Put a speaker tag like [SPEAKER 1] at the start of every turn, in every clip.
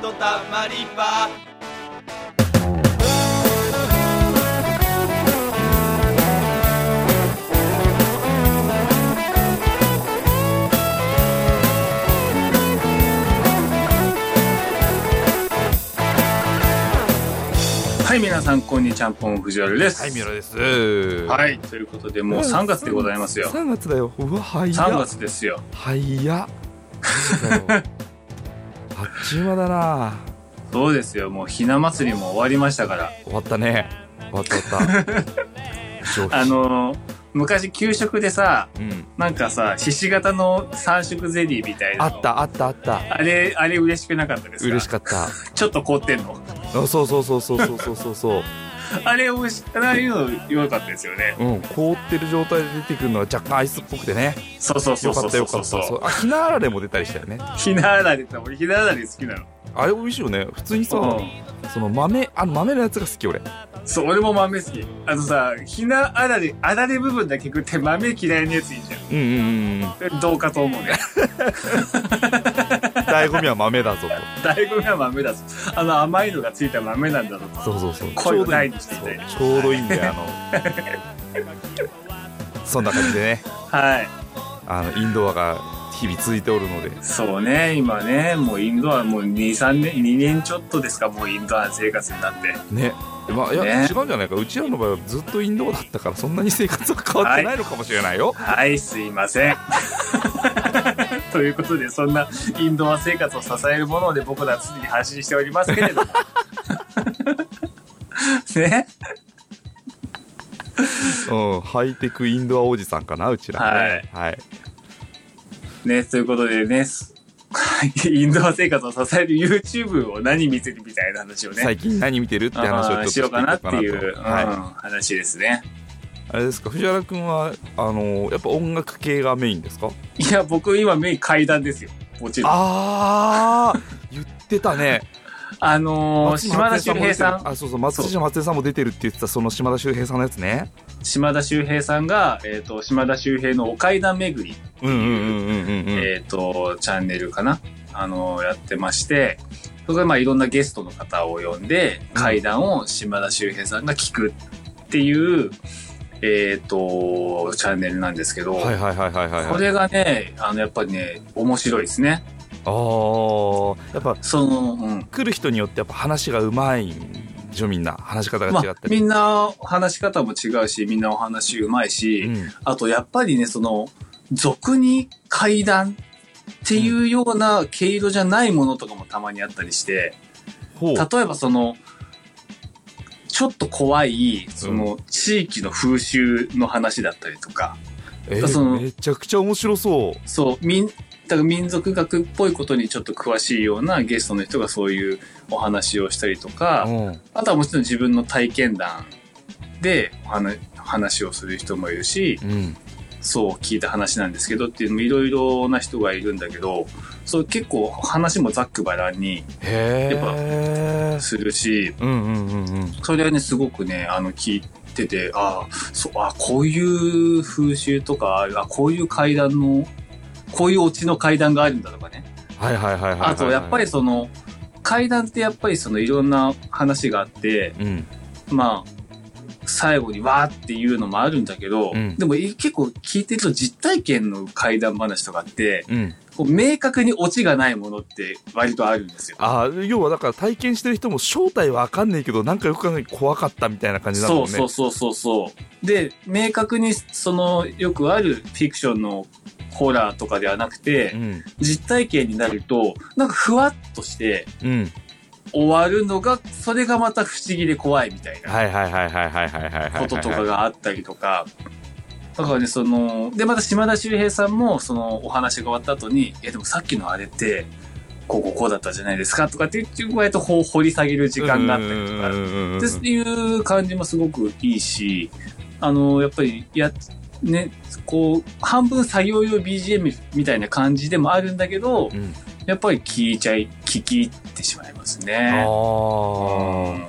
[SPEAKER 1] とたまり場
[SPEAKER 2] はい、皆さん、こんにちは、ぽん藤原です。
[SPEAKER 3] はい、みろです。。
[SPEAKER 2] はいい、ということで、もう3月でございますよ。
[SPEAKER 3] 3月だよ。うわ、早っ。
[SPEAKER 2] 3月ですよ。
[SPEAKER 3] 早っ。なんだろう あっちゅう間だな。
[SPEAKER 2] そうですよ。もう、ひな祭りも終わりましたから。
[SPEAKER 3] 終わったね。終わった終わった。消費
[SPEAKER 2] あ、のー昔、給食でさ、
[SPEAKER 3] うん。
[SPEAKER 2] なんかさ、獅子型の3色ゼリーみたいな
[SPEAKER 3] あ
[SPEAKER 2] の
[SPEAKER 3] った、あった、あった。
[SPEAKER 2] あれ、あれ嬉しくなかったですか
[SPEAKER 3] 嬉しかった。
[SPEAKER 2] ちょっと凍ってんの。
[SPEAKER 3] あそうそうそうそうそうそうそうそう。
[SPEAKER 2] あれ、美味し、ああいうの良かったですよね。
[SPEAKER 3] うん、凍ってる状態で出てくるのは若干アイスっぽくてね。
[SPEAKER 2] そうそうそ
[SPEAKER 3] よ
[SPEAKER 2] う
[SPEAKER 3] か
[SPEAKER 2] そ
[SPEAKER 3] っ
[SPEAKER 2] う
[SPEAKER 3] た
[SPEAKER 2] そ
[SPEAKER 3] よ
[SPEAKER 2] う
[SPEAKER 3] か
[SPEAKER 2] そ
[SPEAKER 3] っ
[SPEAKER 2] う
[SPEAKER 3] た。そうあ、ひなあられも出たりしたよね。
[SPEAKER 2] ひなあられさ、俺、ひなあられ好きなの。
[SPEAKER 3] あれ美味しいよね。普通にさ、
[SPEAKER 2] う
[SPEAKER 3] その豆、あの豆のやつが好き俺。
[SPEAKER 2] ん。そう、俺も豆好き。あのさ、ひなあられ、あられ部分だけ食って豆嫌いなやついいじゃん。
[SPEAKER 3] うんうんうんうん。
[SPEAKER 2] どうかと思うね。
[SPEAKER 3] 醍醐味は豆だぞと。
[SPEAKER 2] 醍醐味は 豆だぞ。あの甘いのがついた豆なんだろうと。
[SPEAKER 3] そうそうそう。
[SPEAKER 2] こういうのないにしていたい
[SPEAKER 3] そうちょうどいいんだよ、あの。そんな感じでね、
[SPEAKER 2] はい。
[SPEAKER 3] あの、インドアが日々続いておるので、
[SPEAKER 2] そうね、今ね、もうインドア、もう2、3年、2年ちょっとですか、もうインドア生活になって。
[SPEAKER 3] ね。まあ、いや、
[SPEAKER 2] ね
[SPEAKER 3] 違うんじゃないか。うちらの場合はずっとインドアだったから、そんなに生活は変わってないのかもしれないよ。
[SPEAKER 2] はい、すいません。 ということで、そんなインドア生活を支えるもので僕らは常に発信しておりますけれども。 ね。
[SPEAKER 3] うん。ハイテクインドアおじさんかな、うちら、ね。はい。はい。
[SPEAKER 2] ね、ということでね、すインドア生活を支える YouTube を何見てるみたいな話をね。
[SPEAKER 3] 最近何見てるって話をちょっ
[SPEAKER 2] あ
[SPEAKER 3] と
[SPEAKER 2] ーし
[SPEAKER 3] してい
[SPEAKER 2] よ
[SPEAKER 3] こ
[SPEAKER 2] う
[SPEAKER 3] う
[SPEAKER 2] か
[SPEAKER 3] か
[SPEAKER 2] なって
[SPEAKER 3] なと。
[SPEAKER 2] いう、うん
[SPEAKER 3] はい。
[SPEAKER 2] 話ですね。
[SPEAKER 3] あれですか、藤原くんは、あの、やっぱ音楽系がメインですか
[SPEAKER 2] いや、僕今メイン階段ですよ。もちろん。あ、
[SPEAKER 3] ああ言ってたね。
[SPEAKER 2] のー、島田秀平さん。
[SPEAKER 3] あ、そうそう、松下松江さんも出てるって言ってた、その島田秀平さんのやつね。
[SPEAKER 2] 島田秀平さんが、えっ、と、島田秀平のお階段巡り、
[SPEAKER 3] うんうんうんうんうん。
[SPEAKER 2] えっ、と、チャンネルかな。あのーやってまして、そこでまあいろんなゲストの方を呼んで、階段を島田秀平さんが聞くっていう、えっ、と、チャンネルなんですけど、
[SPEAKER 3] はいはいはいはいはいはい。
[SPEAKER 2] これがね、あの、やっぱりね、面白いですね。
[SPEAKER 3] ああ、やっぱ
[SPEAKER 2] その、うん。
[SPEAKER 3] 来る人によってやっぱ話がうまいんでしょ、みんな。話し方が
[SPEAKER 2] ま
[SPEAKER 3] 違
[SPEAKER 2] あ
[SPEAKER 3] った、り。
[SPEAKER 2] みんな話し方も違うし、みんなお話うまいし、
[SPEAKER 3] うん
[SPEAKER 2] あとやっぱりね、その、俗に階段っていうような毛色じゃないものとかもたまにあったりして、
[SPEAKER 3] ほう。
[SPEAKER 2] 例えばその、ちょっと怖い、その、地域の風習の話だったりとか、
[SPEAKER 3] え
[SPEAKER 2] その
[SPEAKER 3] ー、めちゃくちゃ面白そう。
[SPEAKER 2] そう、民、だから民族学っぽいことにちょっと詳しいようなゲストの人がそういうお話をしたりとか、
[SPEAKER 3] うん。
[SPEAKER 2] あとはもちろん自分の体験談でお話話をする人もいるし、
[SPEAKER 3] うん。
[SPEAKER 2] そう聞いた話なんですけどっていうのもいろいろな人がいるんだけど、そう結構話もざっくばらんに
[SPEAKER 3] へえ。
[SPEAKER 2] するし、
[SPEAKER 3] うんうんうんうん。
[SPEAKER 2] それはね、すごくね、あの、聞いてて、ああ、そう、あこういう風習とか、あこういう階段の、こういうオチの階段があるんだとかね。
[SPEAKER 3] はいはいはいはいはいはい。
[SPEAKER 2] あと、やっぱりその、階段ってやっぱりそのいろんな話があって、
[SPEAKER 3] うん。
[SPEAKER 2] まあ、最後にわーっていうのもあるんだけど、
[SPEAKER 3] うん
[SPEAKER 2] でもい結構聞いてると実体験の怪談話とかって、
[SPEAKER 3] うん。
[SPEAKER 2] こう明確にオチがないものって割とあるんですよ。
[SPEAKER 3] ああ、要はだから体験してる人も正体はわかんないけど、なんかよく考えて怖かったみたいな感じなの
[SPEAKER 2] そ
[SPEAKER 3] ね。
[SPEAKER 2] うそうそうそうそう。で、明確にそのよくあるフィクションのホラーとかではなくて、
[SPEAKER 3] ん。
[SPEAKER 2] 実体験になると、なんかふわっとして
[SPEAKER 3] うん。
[SPEAKER 2] 終わるのが、それがまた不思議で怖いみたいな。
[SPEAKER 3] はいはいはいはいはいはいはいはい。
[SPEAKER 2] こととか。があったりとか、だからね、その、で、また島田秀平さんも、その、お話が終わった後に、え、でもさっきのあれって、こうこうこうだったじゃないですかとかっていう具合と、こう掘り下げる時間があったりとか、っ
[SPEAKER 3] と
[SPEAKER 2] ていう感じもすごくいいし、あの、やっぱり、や、ね、こう、半分作業用 BGM みたいな感じでもあるんだけど、
[SPEAKER 3] うん。
[SPEAKER 2] やっぱり聞いちゃい、聞き入ってしまいます
[SPEAKER 3] あ
[SPEAKER 2] ね。
[SPEAKER 3] あ。
[SPEAKER 2] うん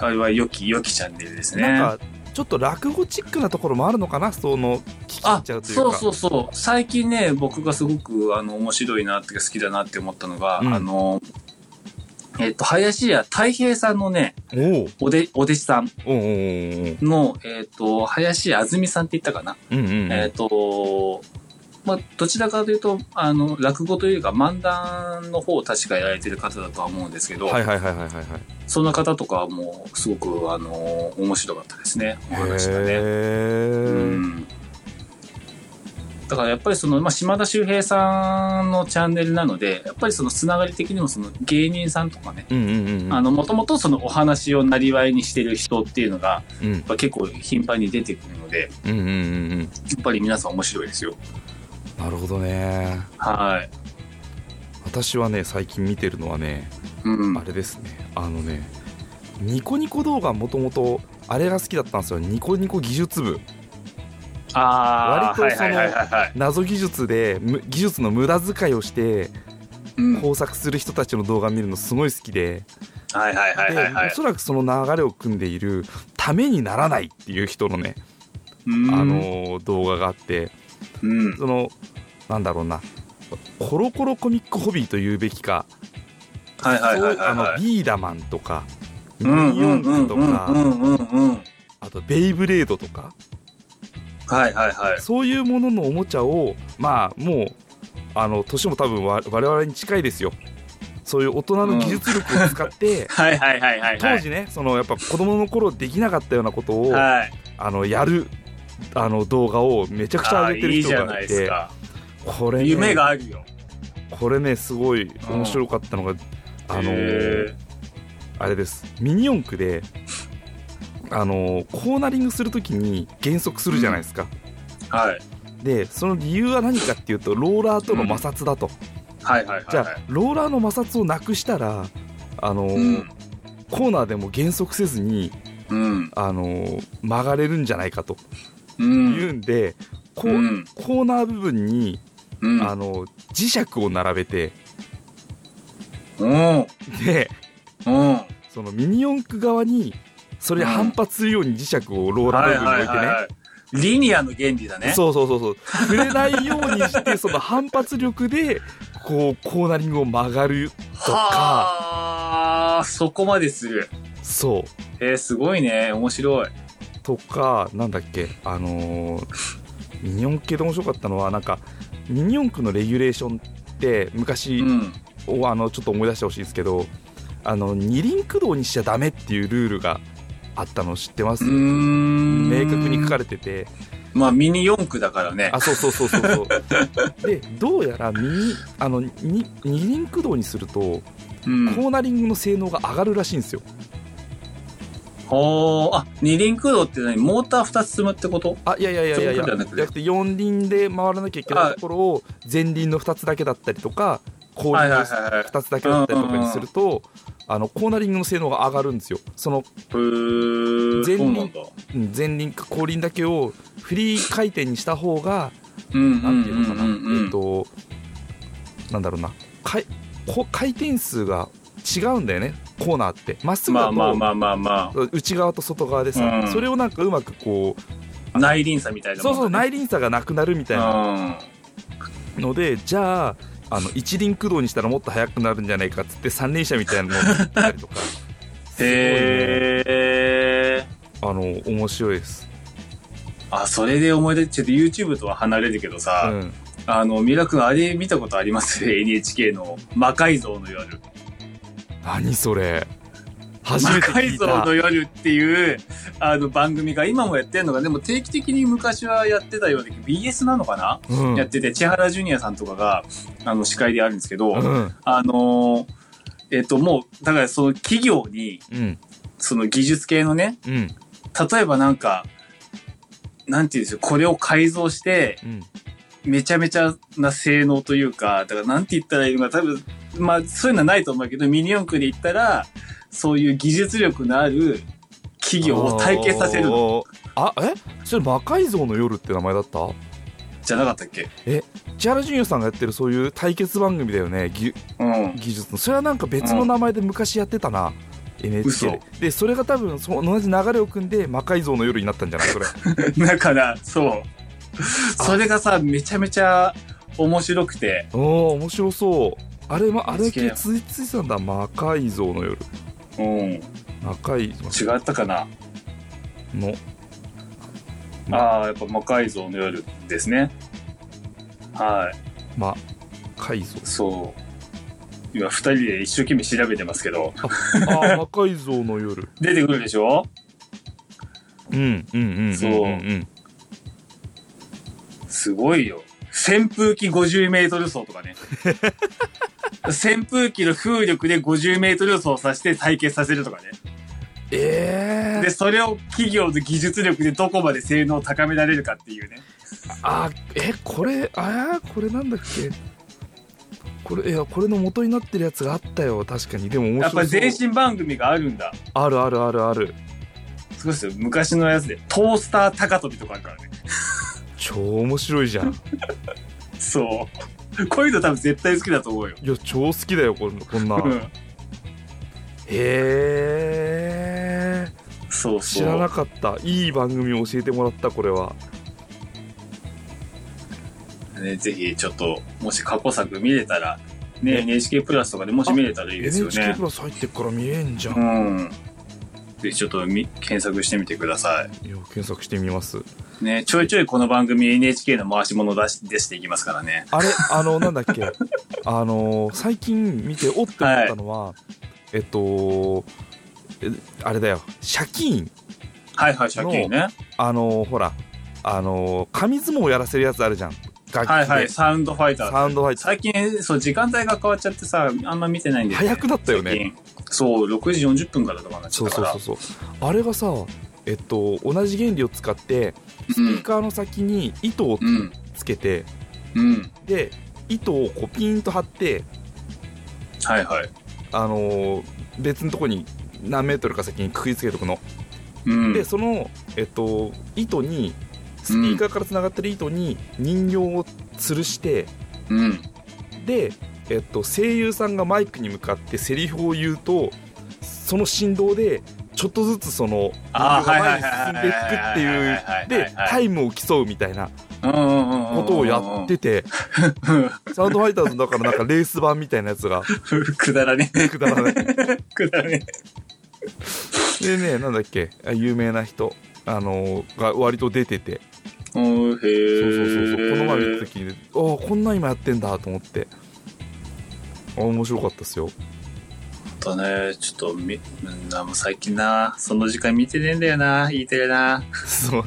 [SPEAKER 2] あれは良き、良きチャンネルですね。
[SPEAKER 3] なんか、ちょっと落語チックなところもあるのかな、その、聞き入
[SPEAKER 2] あ
[SPEAKER 3] っちゃうというか。。
[SPEAKER 2] そうそううそう最近ね僕がすごくあの面白いなっていうか好きだなって思ったのが、
[SPEAKER 3] うん
[SPEAKER 2] あのえっと、林家太平さんのね、
[SPEAKER 3] おう
[SPEAKER 2] おで、お弟子さん
[SPEAKER 3] おうおうおう
[SPEAKER 2] の、えっと、林家あずみさんって言ったかな。
[SPEAKER 3] うんうん
[SPEAKER 2] えっと、まあ、どちらかというと、あの、落語というか漫談の方を確かやられてる方だとは思うんですけど、
[SPEAKER 3] はいはいはいはいはいはい
[SPEAKER 2] その方とかはもう、すごく、あの、面白かったですね。お話がね。う
[SPEAKER 3] へえ
[SPEAKER 2] んだからやっぱりその、まあ、島田秀平さんのチャンネルなので、やっぱりそのつながり的にもその芸人さんとかね、
[SPEAKER 3] うんうんうんうん
[SPEAKER 2] あの、もともとそのお話をなりわいにしてる人っていうのが、
[SPEAKER 3] うん
[SPEAKER 2] やっぱ結構頻繁に出てくるので、や
[SPEAKER 3] うんうんうんうん
[SPEAKER 2] っぱり皆さん面白いですよ。
[SPEAKER 3] なるほどね
[SPEAKER 2] はい。
[SPEAKER 3] 私はね最近見てるのはね
[SPEAKER 2] うん。
[SPEAKER 3] あれですねあのねニコニコ動画もともとあれが好きだったんですよニコニコ技術部
[SPEAKER 2] あー
[SPEAKER 3] 割とその
[SPEAKER 2] はいはいはいはいはい。
[SPEAKER 3] 謎技術でむ技術の無駄遣いをして
[SPEAKER 2] うんはい
[SPEAKER 3] 工作する人たちの動画見るのすごい好きで
[SPEAKER 2] はいはいはいは
[SPEAKER 3] でお
[SPEAKER 2] い。
[SPEAKER 3] そらくその流れを組んでいるためにならないっていう人のね
[SPEAKER 2] うん
[SPEAKER 3] あ、の動画があって
[SPEAKER 2] うん。
[SPEAKER 3] そのなんだろうなコロコロコミックホビーというべきか
[SPEAKER 2] はいはいはいはい
[SPEAKER 3] そう
[SPEAKER 2] は
[SPEAKER 3] あの
[SPEAKER 2] い。
[SPEAKER 3] ビーダマンとかミ
[SPEAKER 2] う
[SPEAKER 3] ニ
[SPEAKER 2] んう
[SPEAKER 3] オ
[SPEAKER 2] ん
[SPEAKER 3] ン
[SPEAKER 2] う
[SPEAKER 3] く
[SPEAKER 2] ん
[SPEAKER 3] ん
[SPEAKER 2] う
[SPEAKER 3] と
[SPEAKER 2] んう
[SPEAKER 3] か
[SPEAKER 2] んうんうん。
[SPEAKER 3] あとベイブレードとか
[SPEAKER 2] はいはいはい。
[SPEAKER 3] そういうもののおもちゃをまあもうあの年も多分わ我々に近いですよそういう大人の技術力を使って、
[SPEAKER 2] はいはいはいはいは
[SPEAKER 3] 当
[SPEAKER 2] い。
[SPEAKER 3] 時ねそのやっぱ子供の頃できなかったようなことを、
[SPEAKER 2] はい。
[SPEAKER 3] あのやるあの動画をめちゃくちゃ上げてる人
[SPEAKER 2] あ
[SPEAKER 3] が
[SPEAKER 2] ー
[SPEAKER 3] い
[SPEAKER 2] いいじゃないで
[SPEAKER 3] て
[SPEAKER 2] すか。
[SPEAKER 3] これね
[SPEAKER 2] 夢があるよ。
[SPEAKER 3] これねすごい面白かったのが、あのー
[SPEAKER 2] へ
[SPEAKER 3] あれですミニ四駆であのーコーナリングするときに減速するじゃないですか、
[SPEAKER 2] ーはい。
[SPEAKER 3] でその理由は何かっていうとローラーとの摩擦だと、
[SPEAKER 2] はいはいはいはい。
[SPEAKER 3] じゃあローラーの摩擦をなくしたらあのー、
[SPEAKER 2] うん。
[SPEAKER 3] コーナーでも減速せずに
[SPEAKER 2] うん。
[SPEAKER 3] あのー曲がれるんじゃないかと
[SPEAKER 2] うん。
[SPEAKER 3] いうんで、こう
[SPEAKER 2] うん
[SPEAKER 3] コーナー部分に、
[SPEAKER 2] うん。
[SPEAKER 3] あのー磁石を並べて
[SPEAKER 2] うん。
[SPEAKER 3] で
[SPEAKER 2] うん。は
[SPEAKER 3] そのミニ四駆側にそれに反発するように磁石をローラーの部分に置いてね、
[SPEAKER 2] い。リニアの原理だね。
[SPEAKER 3] そうそうそうそう触れないようにしてその反発力でこうコーナリングを曲がるとか
[SPEAKER 2] はあ、そこまでする。
[SPEAKER 3] そう
[SPEAKER 2] えー、すごいね。面白い。
[SPEAKER 3] とかなんだっけあのーミニ四駆系で面白かったのはなんかミニ四駆のレギュレーションって昔
[SPEAKER 2] うん。
[SPEAKER 3] をあのちょっと思い出してほしいんですけどあの二輪駆動にしちゃダメっていうルールがあったの知ってます
[SPEAKER 2] うーん。
[SPEAKER 3] 明確に書か
[SPEAKER 2] れ
[SPEAKER 3] れてて
[SPEAKER 2] まあ、ミニ四駆だからね。
[SPEAKER 3] あそうそうそうそうそう でどうやらミニあのに二輪駆動にするとコ
[SPEAKER 2] うん。
[SPEAKER 3] ーナリングの性能が上がるらしいんですよ
[SPEAKER 2] ほーあ、二輪駆動って何モーター二つ積むってこと
[SPEAKER 3] あいやいやいやいやいや
[SPEAKER 2] そういうことじゃ
[SPEAKER 3] な
[SPEAKER 2] なくて
[SPEAKER 3] くて四輪で回らなきゃいけないところを前輪の2つだけだったりとか後
[SPEAKER 2] は
[SPEAKER 3] 輪
[SPEAKER 2] いはい
[SPEAKER 3] の
[SPEAKER 2] はいはい。
[SPEAKER 3] 2つだけだったりとかにするとあのコーナリングの性能が上がるんですよその
[SPEAKER 2] ふー、
[SPEAKER 3] 前輪
[SPEAKER 2] そうなんだ。
[SPEAKER 3] うん前輪か後輪だけをフリー回転にした方が
[SPEAKER 2] うんうん
[SPEAKER 3] なんていうのかな、
[SPEAKER 2] うんうんうん
[SPEAKER 3] えっとなんだろうな回こ回転数が違うんだよねコーナーってまっすぐ
[SPEAKER 2] ま
[SPEAKER 3] だ
[SPEAKER 2] あ
[SPEAKER 3] と、
[SPEAKER 2] まあまあまあま
[SPEAKER 3] 内側と外側でさ、
[SPEAKER 2] うん
[SPEAKER 3] それをなんかうまくこう
[SPEAKER 2] あ。内輪差みたいな
[SPEAKER 3] そう
[SPEAKER 2] もんだね。
[SPEAKER 3] そう内輪差がなくなるみたいな
[SPEAKER 2] うん。
[SPEAKER 3] のでじゃああの一輪駆動にしたらもっと速くなるんじゃないかっつって三輪車みたいなのを作ったりとかすごいね
[SPEAKER 2] へえ。
[SPEAKER 3] あの面白いです、
[SPEAKER 2] あ、それで思い出、ちょっと YouTube とは離れるけど
[SPEAKER 3] う
[SPEAKER 2] さ、
[SPEAKER 3] ん、
[SPEAKER 2] あの、ミラ君あれ見たことあります ?NHK の魔改造の夜。
[SPEAKER 3] 何それ初
[SPEAKER 2] 魔
[SPEAKER 3] めて聞
[SPEAKER 2] 改
[SPEAKER 3] い
[SPEAKER 2] 造
[SPEAKER 3] た
[SPEAKER 2] の夜っていう、あの番組が今もやってんのが、でも定期的に昔はやってたようで、BS なのかな、
[SPEAKER 3] うん
[SPEAKER 2] やってて、千原ジュニアさんとかが、あの、司会であるんですけど、
[SPEAKER 3] うん
[SPEAKER 2] あのーえっと、もう、だからその企業に、
[SPEAKER 3] うん
[SPEAKER 2] その技術系のね、
[SPEAKER 3] うん
[SPEAKER 2] 例えばなんか、なんていうんですよ、これを改造して、
[SPEAKER 3] うん
[SPEAKER 2] めちゃめちゃな性能というか、だからなんて言ったらいいのか、多分、まあそういうのはないと思うけど、ミニ四駆で言ったら、そういう技術力のある企業を体験させるの
[SPEAKER 3] あーあえそれ魔改造の夜って名前だった
[SPEAKER 2] じゃなかったっけ
[SPEAKER 3] 千原ジュニアさんがやってるそういう対決番組だよねぎ
[SPEAKER 2] うん。
[SPEAKER 3] 技術のそれはなんか別の名前で昔やってたな、NHK ででそれが多分その同じ流れを組んで魔改造の夜になったんじ ゃないそれ
[SPEAKER 2] だから、そう。それがさ、めちゃめちゃ面白くて、
[SPEAKER 3] おお面白そあれもあれ系ついついてたんだ魔改造の夜
[SPEAKER 2] うん。違
[SPEAKER 3] 魔改造
[SPEAKER 2] ったかな。
[SPEAKER 3] の
[SPEAKER 2] ああ、やっぱ魔改造の夜ですね。はい。
[SPEAKER 3] 魔改 造
[SPEAKER 2] そう。今、二人で一生懸命調べてますけど、
[SPEAKER 3] ああ魔改造の夜
[SPEAKER 2] 出てくるでしょ
[SPEAKER 3] うんうんうんうん
[SPEAKER 2] そうん
[SPEAKER 3] うん
[SPEAKER 2] すごいよ。扇風機50メートル走と かね。扇風機の風力で50メートル走させて体験させるとかね。
[SPEAKER 3] え
[SPEAKER 2] で、
[SPEAKER 3] え
[SPEAKER 2] それを企業の技術力でどこまで性能を高められるかっていうね。
[SPEAKER 3] あえこれあーこれなんだっけこれいやこれの元になってるやつがあったよ確かにでも面
[SPEAKER 2] やっぱ
[SPEAKER 3] 白
[SPEAKER 2] り
[SPEAKER 3] そう
[SPEAKER 2] 全身番組があるんだ。
[SPEAKER 3] あるあるあるある
[SPEAKER 2] すごいですよ。昔のやつで、トースター高跳びとかあるからね。
[SPEAKER 3] 超面白いじゃん
[SPEAKER 2] そう。こういうの多分絶対好きだと思うよ。
[SPEAKER 3] いや超好きだよこんこんな
[SPEAKER 2] うん。
[SPEAKER 3] へえ
[SPEAKER 2] そうそう。
[SPEAKER 3] 知らなかったいい番組を教えてもらったこれは
[SPEAKER 2] ね、ぜひちょっと、もし過去作見れたら、ね、
[SPEAKER 3] ね
[SPEAKER 2] NHK プラスとかでもし見れたらいいですよ
[SPEAKER 3] NHK
[SPEAKER 2] ね
[SPEAKER 3] プ。ラス入ってっから見えんじゃん
[SPEAKER 2] うん。ぜひちょっとみ検索してみてくださ
[SPEAKER 3] いや検索してみます
[SPEAKER 2] い。ね、ちょいちょいこの番組 NHK の回し物出し出していきますからね。
[SPEAKER 3] あれあの なんだっけあの最近見ておって思ったのは、えっとえあれだよシャキーン
[SPEAKER 2] はいはい、借金ね。
[SPEAKER 3] あのほらあの紙相撲をやらせるやつあるじゃん楽器で、
[SPEAKER 2] はいはい、サウンドファイター。
[SPEAKER 3] サウンドファイト
[SPEAKER 2] 最近、そう、時間帯が変わっちゃってさ、あんま見てないんで、
[SPEAKER 3] 早くなったよね
[SPEAKER 2] 最近。そう、6時40分からとかなっち
[SPEAKER 3] そ
[SPEAKER 2] ゃっ
[SPEAKER 3] う
[SPEAKER 2] たか
[SPEAKER 3] そ
[SPEAKER 2] ら。
[SPEAKER 3] うそうそうあれがさえっと同じ原理を使ってスピーカーの先に糸を
[SPEAKER 2] うん。
[SPEAKER 3] つけて、
[SPEAKER 2] うん。
[SPEAKER 3] で糸をこうピンと張って
[SPEAKER 2] はいはい。
[SPEAKER 3] あのー別のとこに何メートルか先にくくりつけとくの、
[SPEAKER 2] うん。
[SPEAKER 3] でその、えっと、糸にスピーカーからつながってる糸に人形を吊るして
[SPEAKER 2] うん。
[SPEAKER 3] で、えっと、声優さんがマイクに向かってセリフを言うとその振動でちょっとずつその人
[SPEAKER 2] あ
[SPEAKER 3] 形が
[SPEAKER 2] ー
[SPEAKER 3] 前に進んでいくって
[SPEAKER 2] はいはいいはいはいうはいはいはい
[SPEAKER 3] でタイムを競うみたいなこ
[SPEAKER 2] こと
[SPEAKER 3] をやっててサウンドファイターズのだからなんかレース版みたいなやつ が
[SPEAKER 2] くだらねえ。
[SPEAKER 3] くだらない
[SPEAKER 2] くだらね
[SPEAKER 3] でねなんだっけあ有名な人あのが割と出てて
[SPEAKER 2] え。うん、へえ。
[SPEAKER 3] そうそうそうそうこの前見た時にああこんなん今やってんだと思ってあ面白かったっすよ
[SPEAKER 2] とね、ちょっとみ、うんなもう最近な、その時間見てねえんだよな、言いてるな。
[SPEAKER 3] そう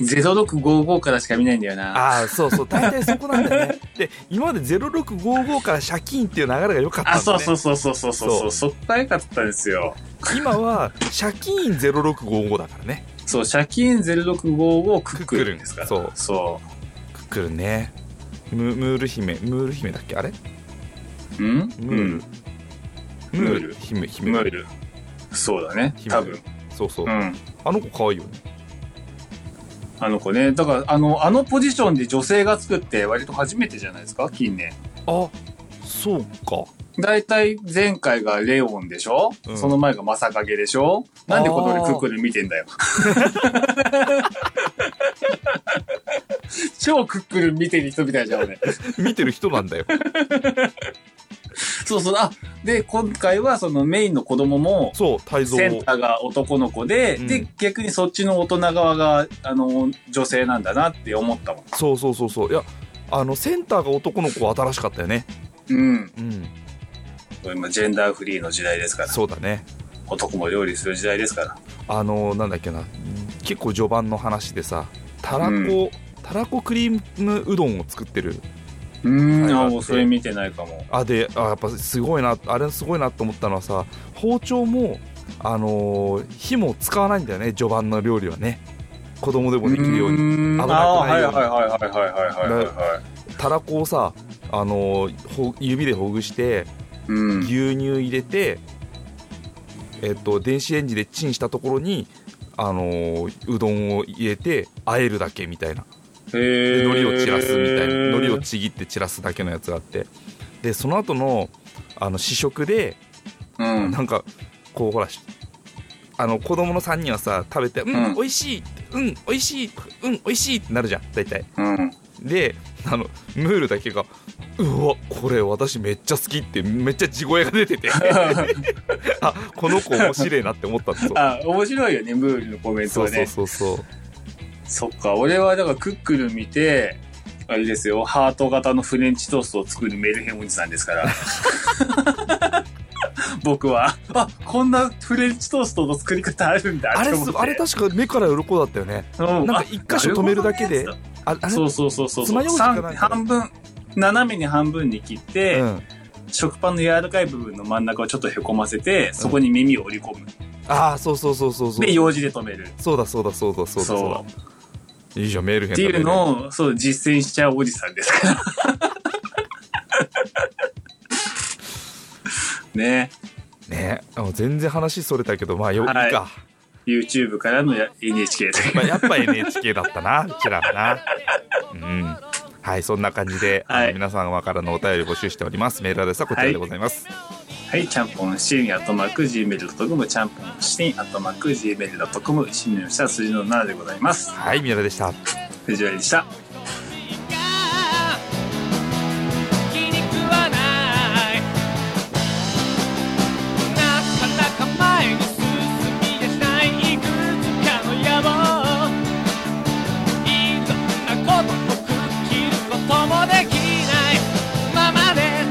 [SPEAKER 2] 0655からしか見ないんだよな。
[SPEAKER 3] ああそうそう大体そこなんだよね で今まで0655から借金っていう流れが良かったんだ、
[SPEAKER 2] あ、
[SPEAKER 3] ね、
[SPEAKER 2] そうそうそうそうそうそう
[SPEAKER 3] そ
[SPEAKER 2] そうう、そっからよかったんですよ。
[SPEAKER 3] 今は借金0655だからね
[SPEAKER 2] そう、借金0655をクック
[SPEAKER 3] クックル
[SPEAKER 2] ルン
[SPEAKER 3] ン
[SPEAKER 2] ですから。
[SPEAKER 3] そう
[SPEAKER 2] そ
[SPEAKER 3] クックルンねムムール姫ムール姫だっけあれ
[SPEAKER 2] う。ん
[SPEAKER 3] ムール、
[SPEAKER 2] うん
[SPEAKER 3] ムー
[SPEAKER 2] ムー
[SPEAKER 3] ル
[SPEAKER 2] ル
[SPEAKER 3] 姫
[SPEAKER 2] うん。
[SPEAKER 3] 姫
[SPEAKER 2] ムール。そうだね、多分。
[SPEAKER 3] そうそう、
[SPEAKER 2] うん。
[SPEAKER 3] あの子可愛いよね
[SPEAKER 2] あの子ね、だから、あの、あのポジションで女性が作って割と初めてじゃないですか、近年。
[SPEAKER 3] あそうか
[SPEAKER 2] だいたい前回がレオンでしょ、
[SPEAKER 3] うん
[SPEAKER 2] その前がマサカゲでしょなんでここでクックルン見てんだよ。 超クックルン見てる人みたいじゃん、俺。
[SPEAKER 3] 見てる人なん だよ
[SPEAKER 2] そうそう。あ、で、今回はそのメインの子供も、
[SPEAKER 3] そう泰造
[SPEAKER 2] センターが男の子で、
[SPEAKER 3] うん
[SPEAKER 2] で、逆にそっちの大人側が、あの、女性なんだなって思ったもん。
[SPEAKER 3] そうそうそうそういやあのセンターが男の子は新しかったよね
[SPEAKER 2] うん。
[SPEAKER 3] うん
[SPEAKER 2] 今、ジェンダーフリーの時代ですから。
[SPEAKER 3] そうだね
[SPEAKER 2] 男も料理する時代ですから。
[SPEAKER 3] あのなんだっけな結構序盤の話でさたらこ、
[SPEAKER 2] う
[SPEAKER 3] たらこクリームうどんを作ってる
[SPEAKER 2] う
[SPEAKER 3] は
[SPEAKER 2] ん、
[SPEAKER 3] い
[SPEAKER 2] あ、
[SPEAKER 3] だって
[SPEAKER 2] もうそれ見てないかも。
[SPEAKER 3] あであやっぱすごいなあれすごいなと思ったのはさ包丁もあのー火も使わないんだよね序盤の料理はね子供でもできるように
[SPEAKER 2] に
[SPEAKER 3] 危なく
[SPEAKER 2] あ
[SPEAKER 3] ないように
[SPEAKER 2] あーはいはいはいはいはいはいはいはい。
[SPEAKER 3] たらこをさあのーほ指でほぐして
[SPEAKER 2] うん。
[SPEAKER 3] 牛乳入れて、えっと、電子レンジでチンしたところに、あのーうどんを入れて和えるだけみたいなで
[SPEAKER 2] 海
[SPEAKER 3] 海苔を散らすみたいな海苔をちぎって散らすだけのやつがあってでその後のあの試食で
[SPEAKER 2] うん。
[SPEAKER 3] なんかこうほらしあの子供の3人はさ食べて「うん、
[SPEAKER 2] うん
[SPEAKER 3] 美味しいうん美味しいうん美味しい」ってなるじゃん大体
[SPEAKER 2] うん。
[SPEAKER 3] であのムールだけが「うわこれ私めっちゃ好き」ってめっちゃ地声が出ててあこの子面白いなって思ったんですよ
[SPEAKER 2] あ、面白いよね、ムールのコメント
[SPEAKER 3] そ
[SPEAKER 2] は
[SPEAKER 3] うそう
[SPEAKER 2] ね。
[SPEAKER 3] そうそう
[SPEAKER 2] そっか、俺はだからクックルン見て、あれですよ、ハート型のフレンチトーストを作るメルヘンおじさんですから。 僕は、あ、こんなフレンチトーストの作り方あるんだ
[SPEAKER 3] あれ
[SPEAKER 2] って思っ
[SPEAKER 3] す
[SPEAKER 2] て
[SPEAKER 3] あれ確か目から鱗だったよね
[SPEAKER 2] うん
[SPEAKER 3] なん
[SPEAKER 2] あ
[SPEAKER 3] か一箇所止めるだけで
[SPEAKER 2] なるほどね
[SPEAKER 3] ああれ
[SPEAKER 2] そうそうそうそう。
[SPEAKER 3] 爪楊枝かなんか
[SPEAKER 2] 三半分、斜めに半分に切って、
[SPEAKER 3] うん、
[SPEAKER 2] 食パンの柔らかい部分の真ん中をちょっとへこませて、そこに耳を折り込む。
[SPEAKER 3] ああそうそうそうそうそう
[SPEAKER 2] で、用紙で止める。
[SPEAKER 3] そうだそうだそうだそうだそうだいいじゃんメール編
[SPEAKER 2] っていうのを、そう、実践しちゃうおじさんですから。 ね
[SPEAKER 3] ねあの全然話それたけどまあよ、
[SPEAKER 2] はい
[SPEAKER 3] いいか、
[SPEAKER 2] YouTube からのや NHK と
[SPEAKER 3] まあ、
[SPEAKER 2] か。
[SPEAKER 3] やっぱ NHK だった なうちらはな
[SPEAKER 1] 嗯
[SPEAKER 3] うんはいそんな感じで、あの
[SPEAKER 2] はい
[SPEAKER 3] 皆様からのお便り募集しておりますメールアドレスはこちらでございます、
[SPEAKER 2] はい、ちゃんぽんシーンアットマーク Gmail.com、ちゃんぽんシーンアットマーク Gmail.com、シーンの下は数字の7でございます。
[SPEAKER 3] はい宮田でした
[SPEAKER 2] 藤原でした。
[SPEAKER 1] 気に食わないなかなか前に進み出したいいくつかの野望いろんなことをくっ切ることもできないままで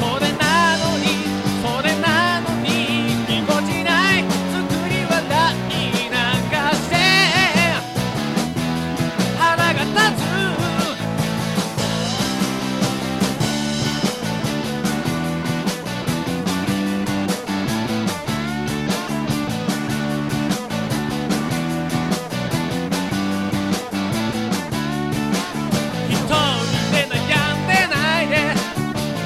[SPEAKER 1] それなのにそれなのにぎこちない作り笑いなんかして腹が立つ一人で悩んでないで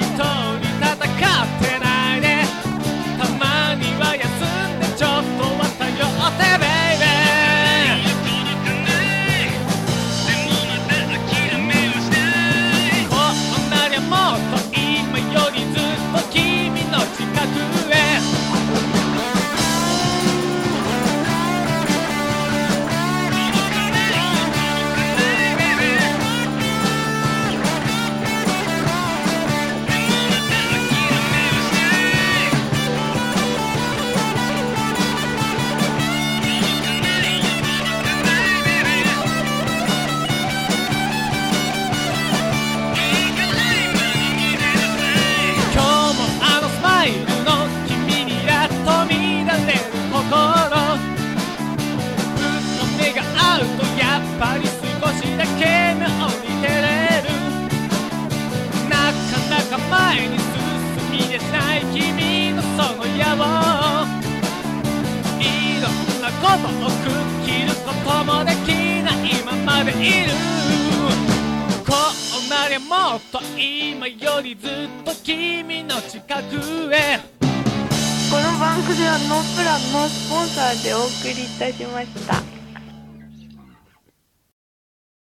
[SPEAKER 1] 一人戦ってないでたまには休んでちょっとは頼ってベイベーこんなりゃもっと今よりずっと君の近くへ今日もあのスマイルの君にやっと見られる心ずっと目が合うとやっぱり少しだけ目を見てれるなかなか前に進み出ない君のその野望いろんなことをくっ切ることもできないままでいるこうなりゃもっと今よりずっと君の近くへ
[SPEAKER 4] この番組はノープランのスポンサーでお送りいたしました。